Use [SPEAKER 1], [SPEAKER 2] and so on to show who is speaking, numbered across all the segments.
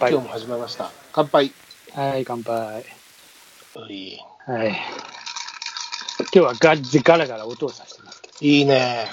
[SPEAKER 1] 杯
[SPEAKER 2] 今日も始まりました。乾杯。
[SPEAKER 1] はい、乾杯。
[SPEAKER 2] うい
[SPEAKER 1] はい。今日はガッジガラガラ音をさせてますけ
[SPEAKER 2] いいね。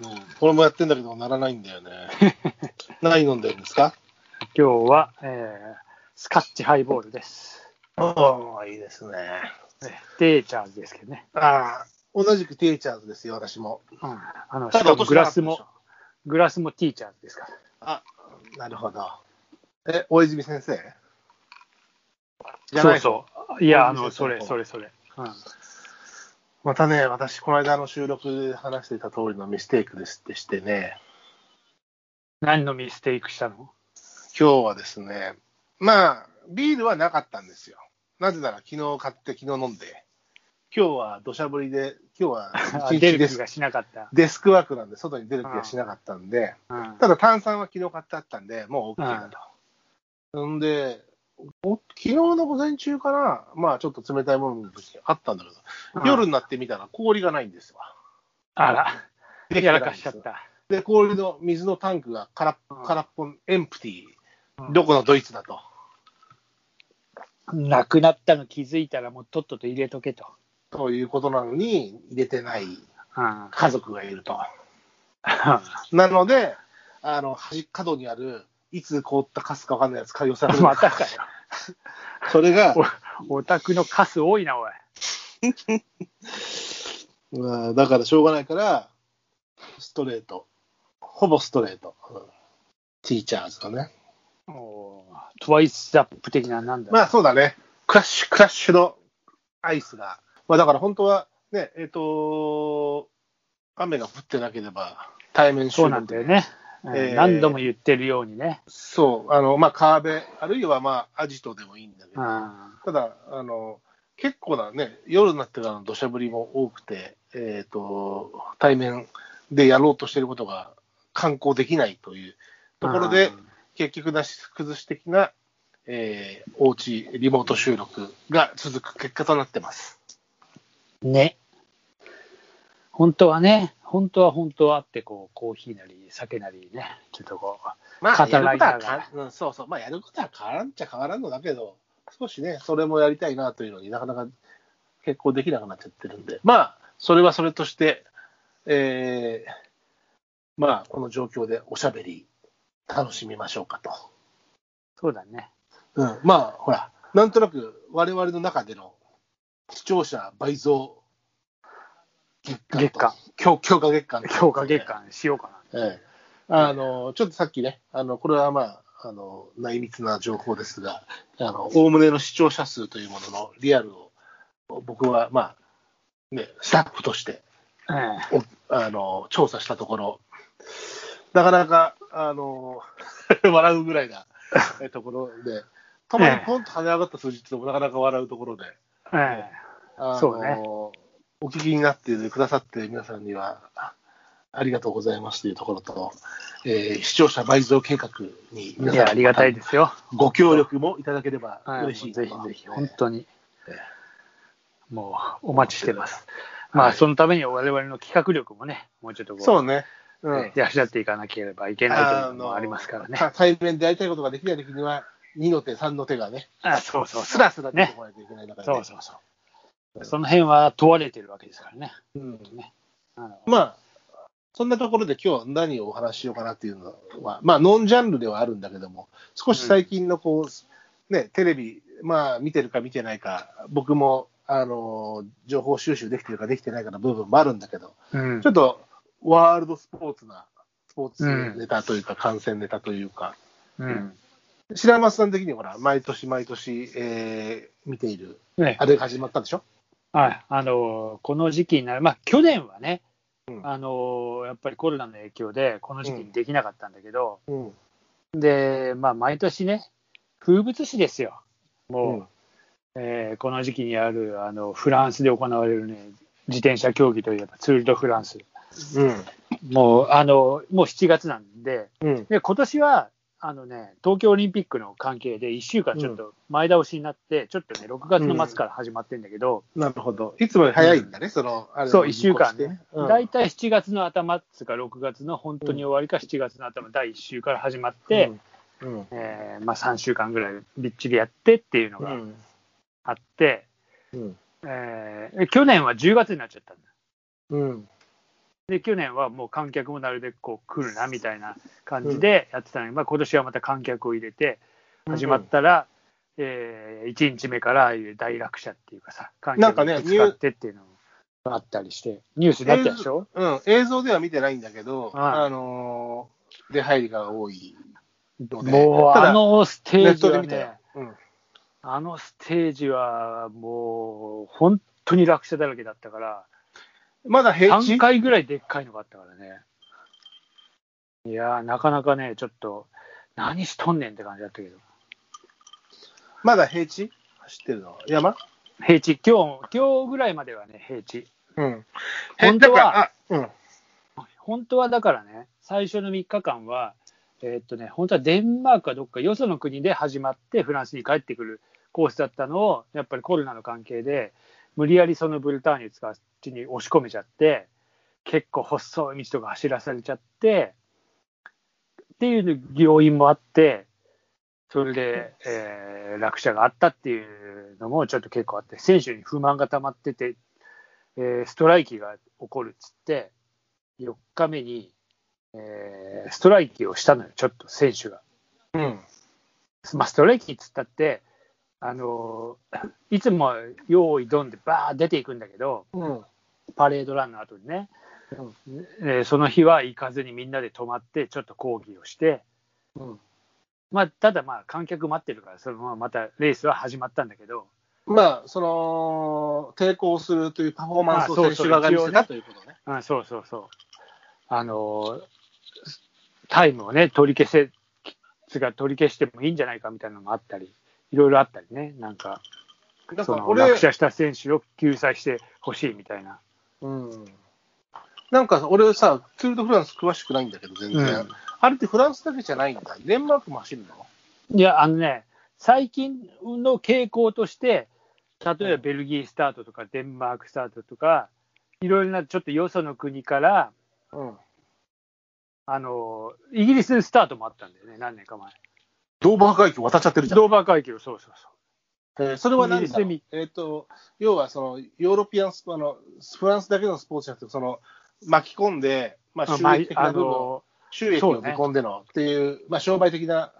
[SPEAKER 1] ど、うん
[SPEAKER 2] 俺もやってんだけど、ならないんだよね。 何飲んでるんですか
[SPEAKER 1] 今日は、えースカッチハイボールです。
[SPEAKER 2] ああ、いいですね。
[SPEAKER 1] ねテーチャーズですけどね。
[SPEAKER 2] ああ、同じくティーチャーズですよ、私も。
[SPEAKER 1] うん、あの
[SPEAKER 2] た
[SPEAKER 1] し
[SPEAKER 2] だ
[SPEAKER 1] かもグラス
[SPEAKER 2] 落
[SPEAKER 1] も
[SPEAKER 2] としなかったでしょ、
[SPEAKER 1] グラスもティーチャーズですから。
[SPEAKER 2] あ、なるほど。え、大泉先生じゃない
[SPEAKER 1] そ
[SPEAKER 2] 方
[SPEAKER 1] うそう。いや、あ
[SPEAKER 2] そう
[SPEAKER 1] の、
[SPEAKER 2] そ
[SPEAKER 1] そうれ、それ、それ。うん、
[SPEAKER 2] またね、私、この間の収録で話していた通りのミステイクですってしてね、
[SPEAKER 1] 何のミステイクした の
[SPEAKER 2] 今日はですね、まあ、ビールはなかったんですよ。なぜなら、昨日買って、昨日飲んで、今日は土砂降りで、今日 は一
[SPEAKER 1] 出
[SPEAKER 2] 日
[SPEAKER 1] る
[SPEAKER 2] デ
[SPEAKER 1] 気
[SPEAKER 2] ス
[SPEAKER 1] がしなかった。
[SPEAKER 2] デスクワークなんで、外に出る気がしなかったんで、
[SPEAKER 1] うん
[SPEAKER 2] ただ炭酸は昨日買ってあったんで、もう OK だと。んで、お昨日の午前中から、まあちょっと冷たいものの時あったんだけど、夜になってみたら氷がないんですわ。
[SPEAKER 1] あら、
[SPEAKER 2] できて
[SPEAKER 1] や
[SPEAKER 2] ない
[SPEAKER 1] ら
[SPEAKER 2] んで
[SPEAKER 1] か
[SPEAKER 2] す
[SPEAKER 1] しちゃった。
[SPEAKER 2] で、氷の水のタンクが空っ
[SPEAKER 1] うん
[SPEAKER 2] 空っぽ、エンプティ
[SPEAKER 1] うん
[SPEAKER 2] どこのドイツだと。
[SPEAKER 1] なくなったの気づいたら、もうとっとと入れとけと。
[SPEAKER 2] ということなのに、入れてない
[SPEAKER 1] うん、
[SPEAKER 2] 家族がいると。なので、あの、端っ角にある、いつ凍ったカスかわかんないやつ買い寄せられ る
[SPEAKER 1] またかよ。
[SPEAKER 2] それが、
[SPEAKER 1] お宅のカス多いな、おい。
[SPEAKER 2] うんだからしょうがないから、ストレート。ほぼストレート。うんティーチャーズのね。
[SPEAKER 1] おートワイスアップ的な、なんだろう
[SPEAKER 2] まあそうだね。クラッシュ、クラッシュのアイスが。まあだから本当は、ね、えっ、と雨が降ってなければ、対面収
[SPEAKER 1] そう
[SPEAKER 2] 録
[SPEAKER 1] なんだよ。ね。うん
[SPEAKER 2] えー
[SPEAKER 1] 何度も言ってるようにね。
[SPEAKER 2] そう、あの、まあ川辺、あるいはまあアジトでもいいんだけ
[SPEAKER 1] う
[SPEAKER 2] ど、
[SPEAKER 1] ん
[SPEAKER 2] ただ、あの、結構なね、夜になってからの土砂降りも多くて、えっ、と、対面でやろうとしていることが観光できないというところで、結局なし崩し的な、えー、おうちリモート収録が続く結果となってます。
[SPEAKER 1] うんね。本当はね、本当は本当はって、こう、コーヒーなり、酒なりね、ちょっとこ
[SPEAKER 2] まあ、
[SPEAKER 1] 語ら
[SPEAKER 2] やるこ
[SPEAKER 1] い
[SPEAKER 2] と
[SPEAKER 1] なが
[SPEAKER 2] は
[SPEAKER 1] ら
[SPEAKER 2] か、うん、そうそう、まあ、やることは変わらんっちゃ変わらんのだけど、少しね、それもやりたいなというのになかなか結構できなくなっちゃってるんで、まあ、それはそれとして、えー、まあ、この状況でおしゃべり楽しみましょうかと。
[SPEAKER 1] う、そうだね。
[SPEAKER 2] うん、まあ、ほら、なんとなく我々の中での視聴者倍増月間と
[SPEAKER 1] 月間。
[SPEAKER 2] 強強化月間という
[SPEAKER 1] 強
[SPEAKER 2] こと
[SPEAKER 1] 化
[SPEAKER 2] で。
[SPEAKER 1] 月間しようかな。
[SPEAKER 2] ええ、あのちょっとさっきね、あのこれはまあ、あの内密な情報ですが、おおむねの視聴者数というもののリアルを、僕は、まあね、スタッフとして
[SPEAKER 1] ええ
[SPEAKER 2] おあの調査したところ、なかなかあの 笑うぐらいなえところで、たまにポンと跳ね上がった数字ってのもなかなか笑うところで、
[SPEAKER 1] ええ
[SPEAKER 2] あの
[SPEAKER 1] そうね
[SPEAKER 2] お聞きになってくださっている皆さんには、あありがとうございますというところと、えー視聴者倍増計画に皆
[SPEAKER 1] い
[SPEAKER 2] さん
[SPEAKER 1] や、ありがたいですよ。
[SPEAKER 2] ご協力もいただければ
[SPEAKER 1] はい
[SPEAKER 2] 嬉しいと、
[SPEAKER 1] ぜひぜひ、本当に
[SPEAKER 2] え、
[SPEAKER 1] もうお待ちしてます。ま
[SPEAKER 2] は
[SPEAKER 1] あ、
[SPEAKER 2] い
[SPEAKER 1] そのために我々の企画力もね、もうちょっとこう、
[SPEAKER 2] そうね。うん
[SPEAKER 1] えー養っていかなければいけないというのもありますからね。
[SPEAKER 2] あの対面でやりたいことができないときには、2の手、3の手がね、
[SPEAKER 1] あそうそう
[SPEAKER 2] ス
[SPEAKER 1] そう。
[SPEAKER 2] ラスラ出てこないといけない中で、
[SPEAKER 1] そうそうそう。その辺は問われてるわけですからね。
[SPEAKER 2] うん
[SPEAKER 1] あの
[SPEAKER 2] まあ、そんなところで今日何をお話ししようかなっていうのは、まあ、ノンジャンルではあるんだけども、少し最近のこう、ね、テレビ、まあ、見てるか見てないか、僕も、あの、情報収集できてるかできてないかの部分もあるんだけど、
[SPEAKER 1] うん
[SPEAKER 2] ちょっと、ワールドスポーツな、スポーツネタというか、観戦ネタというか、
[SPEAKER 1] うん
[SPEAKER 2] 白松さん的にはほら、毎年毎年、えー見ている、
[SPEAKER 1] ね
[SPEAKER 2] あれが始まったでしょ
[SPEAKER 1] はい、あのこの時期になる、まあ、去年はね、
[SPEAKER 2] うん
[SPEAKER 1] あのやっぱりコロナの影響で、この時期にできなかったんだけど、
[SPEAKER 2] うん。
[SPEAKER 1] で、まあ、毎年ね、風物詩ですよ、もう、
[SPEAKER 2] うん
[SPEAKER 1] えーこの時期にあるあのフランスで行われる、ね、自転車競技といえばツール・ド・フランス、
[SPEAKER 2] うん。
[SPEAKER 1] もうあのもう7月なんで、
[SPEAKER 2] うん。
[SPEAKER 1] で今年はあの、ね、東京オリンピックの関係で1週間ちょっと前倒しになって、ちょっとね、6月の末から始まってんだけど、
[SPEAKER 2] なるほど。いつもより早いんだね、その、あれを
[SPEAKER 1] そう、1週間
[SPEAKER 2] 実行し
[SPEAKER 1] ね
[SPEAKER 2] て。うん
[SPEAKER 1] 大体7月の頭っつうか、6月の本当に終わりか7月の頭、第1週から始まって、
[SPEAKER 2] うん。
[SPEAKER 1] えーまあ、3週間ぐらいびっちりやってっていうの
[SPEAKER 2] う
[SPEAKER 1] が
[SPEAKER 2] ん。
[SPEAKER 1] あって、
[SPEAKER 2] うん。
[SPEAKER 1] えー去年は10月になっちゃったんだ
[SPEAKER 2] うん。
[SPEAKER 1] で去年はもう観客もなるべくこう来るなみたいな感じでやってたのに、まあ、今年はまた観客を入れて始まったら、え1日目からああいう大落車っていうかさ観
[SPEAKER 2] なん
[SPEAKER 1] 客
[SPEAKER 2] か
[SPEAKER 1] を
[SPEAKER 2] ね
[SPEAKER 1] ぶつかってっていうのがあったりしてニュースになったでしょ、
[SPEAKER 2] うん。映像では見てないんだけ
[SPEAKER 1] は
[SPEAKER 2] ど、
[SPEAKER 1] い
[SPEAKER 2] あのー出入りが多いので。
[SPEAKER 1] もう
[SPEAKER 2] ただ
[SPEAKER 1] あのステ
[SPEAKER 2] ネ
[SPEAKER 1] ー
[SPEAKER 2] ッ
[SPEAKER 1] ジ
[SPEAKER 2] トで
[SPEAKER 1] は
[SPEAKER 2] 見たよ
[SPEAKER 1] ね。
[SPEAKER 2] うん。
[SPEAKER 1] あのステージはもう本当に落車だらけだったから
[SPEAKER 2] まだ平地
[SPEAKER 1] 3回ぐらいでっかいのがあったからねいやーなかなかねちょっと何しとんねんって感じだったけど
[SPEAKER 2] まだ平地走ってるのは山
[SPEAKER 1] 平地、今日、今日ぐらいまではね、平地。
[SPEAKER 2] うん。
[SPEAKER 1] 本当は
[SPEAKER 2] へ、だからあ
[SPEAKER 1] 本当はだからね、最初の3日間は、えーっとね、本当はデンマークかどっか、よその国で始まって、フランスに帰ってくるコースだったのを、やっぱりコロナの関係で、無理やりそのブルターニュ使うちに押し込めちゃって、結構細い道とか走らされちゃって、っていう要因もあって、それで、えー落車があったっていうのもちょっと結構あって、選手に不満が溜まってて、えーストライキが起こるっつって、4日目に、えーストライキをしたのよ、ちょっと選手が。
[SPEAKER 2] うん。うん。
[SPEAKER 1] まあ、ストライキっつったって、あのーいつも用意ドンでバー出ていくんだけど、
[SPEAKER 2] うん。
[SPEAKER 1] パレードランの後にね、えーその日は行かずにみんなで泊まって、ちょっと抗議をして、
[SPEAKER 2] うん。
[SPEAKER 1] まあ、ただまあ観客待ってるから、そのまままたレースは始まったんだけど、
[SPEAKER 2] まあ、その、抵抗するというパフォーマンス
[SPEAKER 1] あそう
[SPEAKER 2] を
[SPEAKER 1] そう
[SPEAKER 2] 選手側が見せ
[SPEAKER 1] 一応
[SPEAKER 2] た
[SPEAKER 1] ね
[SPEAKER 2] ということね。
[SPEAKER 1] うん、そうそうそう。あのー、タイムをね、取り消せ、が取り消してもいいんじゃないかみたいなのもあったり、いろいろあったりね、なんか、
[SPEAKER 2] だか
[SPEAKER 1] そ
[SPEAKER 2] ら
[SPEAKER 1] の
[SPEAKER 2] 俺、
[SPEAKER 1] 落車した選手を救済してほしいみたいな。
[SPEAKER 2] うん。なんかさ俺さ、ツール・ド・フランス詳しくないんだけど、全然。
[SPEAKER 1] うん
[SPEAKER 2] あれってフランスだけじゃないんだ。デンマークも走るの
[SPEAKER 1] いや、あのね、最近の傾向として、例えばベルギースタートとか、デンマークスタートとか、いろいろなちょっとよその国から、
[SPEAKER 2] うん。
[SPEAKER 1] あのー、イギリススタートもあったんだよね、何年か前。
[SPEAKER 2] ドーバー海峡渡っちゃってるじゃん。
[SPEAKER 1] ドーバー海峡、そうそうそう。
[SPEAKER 2] えーそれは何だろ
[SPEAKER 1] イギ
[SPEAKER 2] う
[SPEAKER 1] リ
[SPEAKER 2] えっ、と、要はその、ヨーロピアンスポあの、フランスだけのスポーツじゃなくて、その、巻き込んで、まあ、収益的な部分を、
[SPEAKER 1] の
[SPEAKER 2] 収益を見込んでのっていう、まあ、商売的な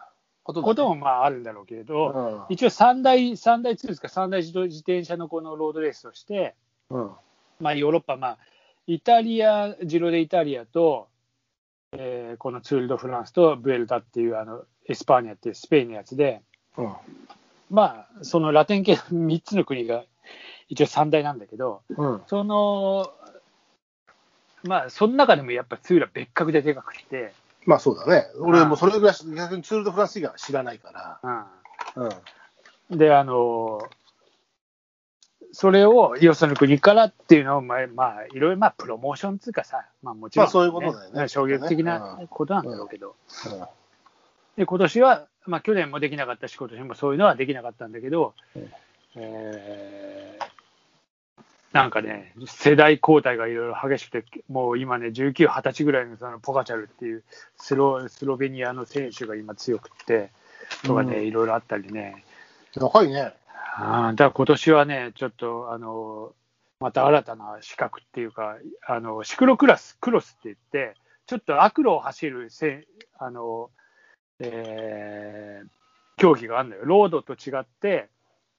[SPEAKER 2] ことだね
[SPEAKER 1] こともまああるんだろうけれど、
[SPEAKER 2] う
[SPEAKER 1] 一応三大、三大ツールですか、三大自動自転車のこのロードレースとして、
[SPEAKER 2] ん。うん。
[SPEAKER 1] まあ、ヨーロッパ、まあ、イタリア、ジロでイタリアと、えーこのツール・ド・フランスとブエルタっていうあのエスパーニャっていうスペインのやつで、
[SPEAKER 2] うん。
[SPEAKER 1] まあ、そのラテン系3つの国が一応三大なんだけど、
[SPEAKER 2] うん。
[SPEAKER 1] その、まあ、その中でもやっぱツールは別格ででかくて、
[SPEAKER 2] まあそうだね。俺
[SPEAKER 1] うん
[SPEAKER 2] もそれぐらいし逆にツール・ド・フランス以外は知らないか
[SPEAKER 1] うん、
[SPEAKER 2] ら。うん。
[SPEAKER 1] で、あの、それを、よその国からっていうのを、まあ、まあ、いろいろ、まあ、プロモーションっていうかさ、まあ、もちろん、
[SPEAKER 2] まあそういうことだよね
[SPEAKER 1] 商業的
[SPEAKER 2] そうだねう
[SPEAKER 1] なんことなんだろうけど。で、今年は、まあ、去年もできなかったし、今年もそういうのはできなかったんだけど、
[SPEAKER 2] うん
[SPEAKER 1] えーなんかね、世代交代がいろいろ激しくて、もう今ね、19、20歳ぐらいのそのポカチャルっていうスロスロベニアの選手が今強くって、とかね、
[SPEAKER 2] うん
[SPEAKER 1] いろいろあったりね、
[SPEAKER 2] 若いね。
[SPEAKER 1] ああ、だから今年はね、ちょっと、あの、また新たな資格っていうか、あの、シクロクラス、クロスって言って、ちょっと悪路を走るせ、あの、えー競技があるのよ。ロードと違って、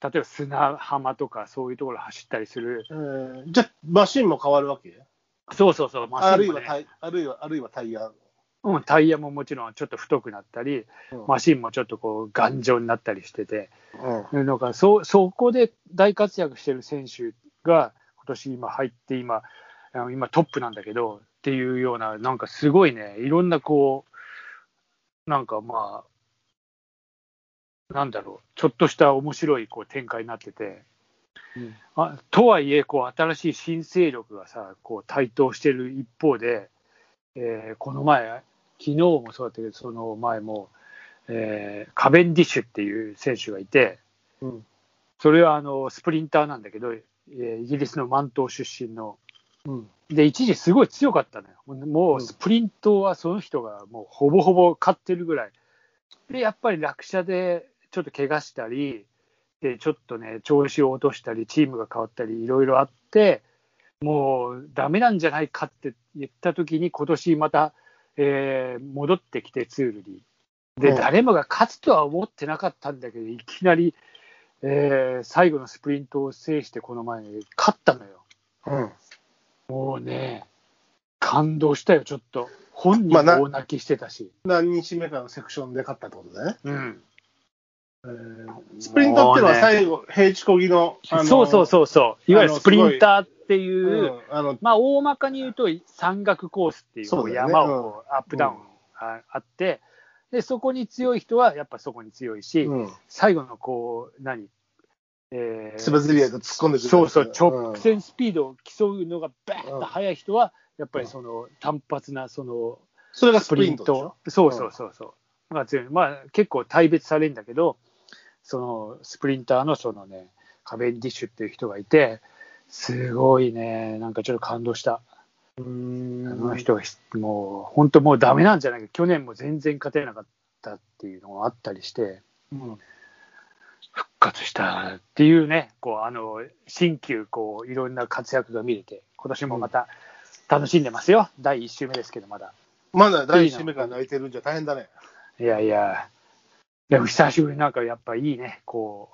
[SPEAKER 1] 例えば砂浜とかそういうところ走ったりする。
[SPEAKER 2] えーじゃあ、マシンも変わるわけ、
[SPEAKER 1] そうそうそう、マ
[SPEAKER 2] ある
[SPEAKER 1] シ
[SPEAKER 2] い
[SPEAKER 1] ンも、
[SPEAKER 2] は
[SPEAKER 1] ね
[SPEAKER 2] タイ、あるいは、あるいはタイヤ。
[SPEAKER 1] うん、タイヤももちろんちょっと太くなったり、
[SPEAKER 2] うん
[SPEAKER 1] マシンもちょっとこう頑丈になったりしてて、
[SPEAKER 2] うん
[SPEAKER 1] なんかそそこで大活躍してる選手が今年今入って今あの今トップなんだけどっていうようななんかすごいねいろんなこうなんかまあなんだろうちょっとした面白いこう展開になっててあとはいえこう新しい新勢力がさこう台頭してる一方で、えーこの前昨日もそうだったけどその前も、えーカベンディッシュっていう選手がいて。
[SPEAKER 2] うん。
[SPEAKER 1] それはあのスプリンターなんだけど、えーイギリスのマントー出身の、
[SPEAKER 2] うん。
[SPEAKER 1] で一時すごい強かったのよ、もうもうスプリントはその人がもうほぼほぼ勝ってるぐらい、で、やっぱり落車でちょっと怪我したり、で、ちょっとね、調子を落としたり、チームが変わったり、いろいろあって、もうダメなんじゃないかって言った時に、今年また、えー戻ってきてツールに。で、
[SPEAKER 2] うん
[SPEAKER 1] 誰もが勝つとは思ってなかったんだけど、いきなり、えー最後のスプリントを制して、この前、勝ったのよ。
[SPEAKER 2] うん。
[SPEAKER 1] もうね、感動したよ、ちょっと。本人
[SPEAKER 2] まあな
[SPEAKER 1] も大泣きしてたし。
[SPEAKER 2] 何日目かのセクションで勝ったってことだね。
[SPEAKER 1] うん。
[SPEAKER 2] スプリントっていう
[SPEAKER 1] もう
[SPEAKER 2] のは
[SPEAKER 1] ね
[SPEAKER 2] 最後、平地こぎの。あの
[SPEAKER 1] そうそうそうそう。いわゆるスプリンターっていう、
[SPEAKER 2] うん。あの、
[SPEAKER 1] まあ大まかに言うと山岳コースっていう
[SPEAKER 2] そうだよね
[SPEAKER 1] 山をこうアップダウンああって、でそこに強い人はやっぱそこに強いし、
[SPEAKER 2] うん。
[SPEAKER 1] 最後のこう何えー
[SPEAKER 2] つばずり合いが突っ込んでくる。
[SPEAKER 1] そうそう直
[SPEAKER 2] うん
[SPEAKER 1] 線スピードを競うのがバーッと速い人はやっぱりその単発なその
[SPEAKER 2] それがス
[SPEAKER 1] ス
[SPEAKER 2] プ
[SPEAKER 1] プ
[SPEAKER 2] リ
[SPEAKER 1] リン
[SPEAKER 2] ントでし
[SPEAKER 1] ト。そ
[SPEAKER 2] ょ
[SPEAKER 1] うそうそうそう。が強い。まあ結構大別されるんだけど、そのスプリンターのそのね、カベンディッシュっていう人がいて、すごいね、なんかちょっと感動した。
[SPEAKER 2] う
[SPEAKER 1] あ
[SPEAKER 2] ん
[SPEAKER 1] の人はひもう本当もうダメなんじゃないか。去年も全然勝てなかったっていうのがあったりして、
[SPEAKER 2] うん
[SPEAKER 1] 復活したっていうね、こうあの、新旧こういろんな活躍が見れて、今年もまた楽しんでますよ。第1週目ですけど、まだ。
[SPEAKER 2] まだ第一締めから泣いてるんじゃ大変だね。
[SPEAKER 1] いやいや、でも久しぶりになんかやっぱいいね、こ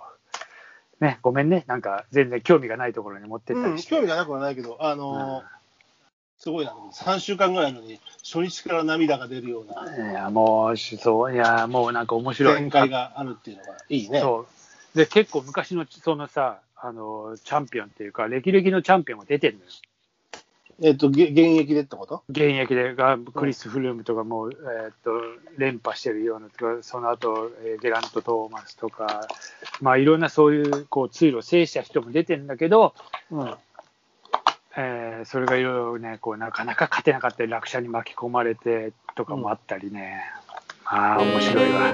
[SPEAKER 1] う、ね、ごめんね、なんか全然興味がないところに持ってった
[SPEAKER 2] うん、
[SPEAKER 1] りして。
[SPEAKER 2] 興味がなくはないけど、あの
[SPEAKER 1] うん
[SPEAKER 2] ーすごいな、3週間ぐらいのに、初日から涙が出るようない
[SPEAKER 1] や、もう、そう、いや、もうなんか面白い。
[SPEAKER 2] 展開があるっていうのがいいね。
[SPEAKER 1] そう。で、結構昔のそのさ、あの、チャンピオンっていうか、歴々のチャンピオンが出てるのよ。
[SPEAKER 2] えっ、と、げ現役でってこと
[SPEAKER 1] 現役でがクリス・フルームとかもう、えーっと連覇してるようなとかその後、えーゲラント・トーマスとか、まあ、いろんなそういうこう通路を制した人も出てるんだけど、
[SPEAKER 2] うん。
[SPEAKER 1] えーそれがいろいろねこうなかなか勝てなかったり落車に巻き込まれてとかもあったりね、まあ面白いわ。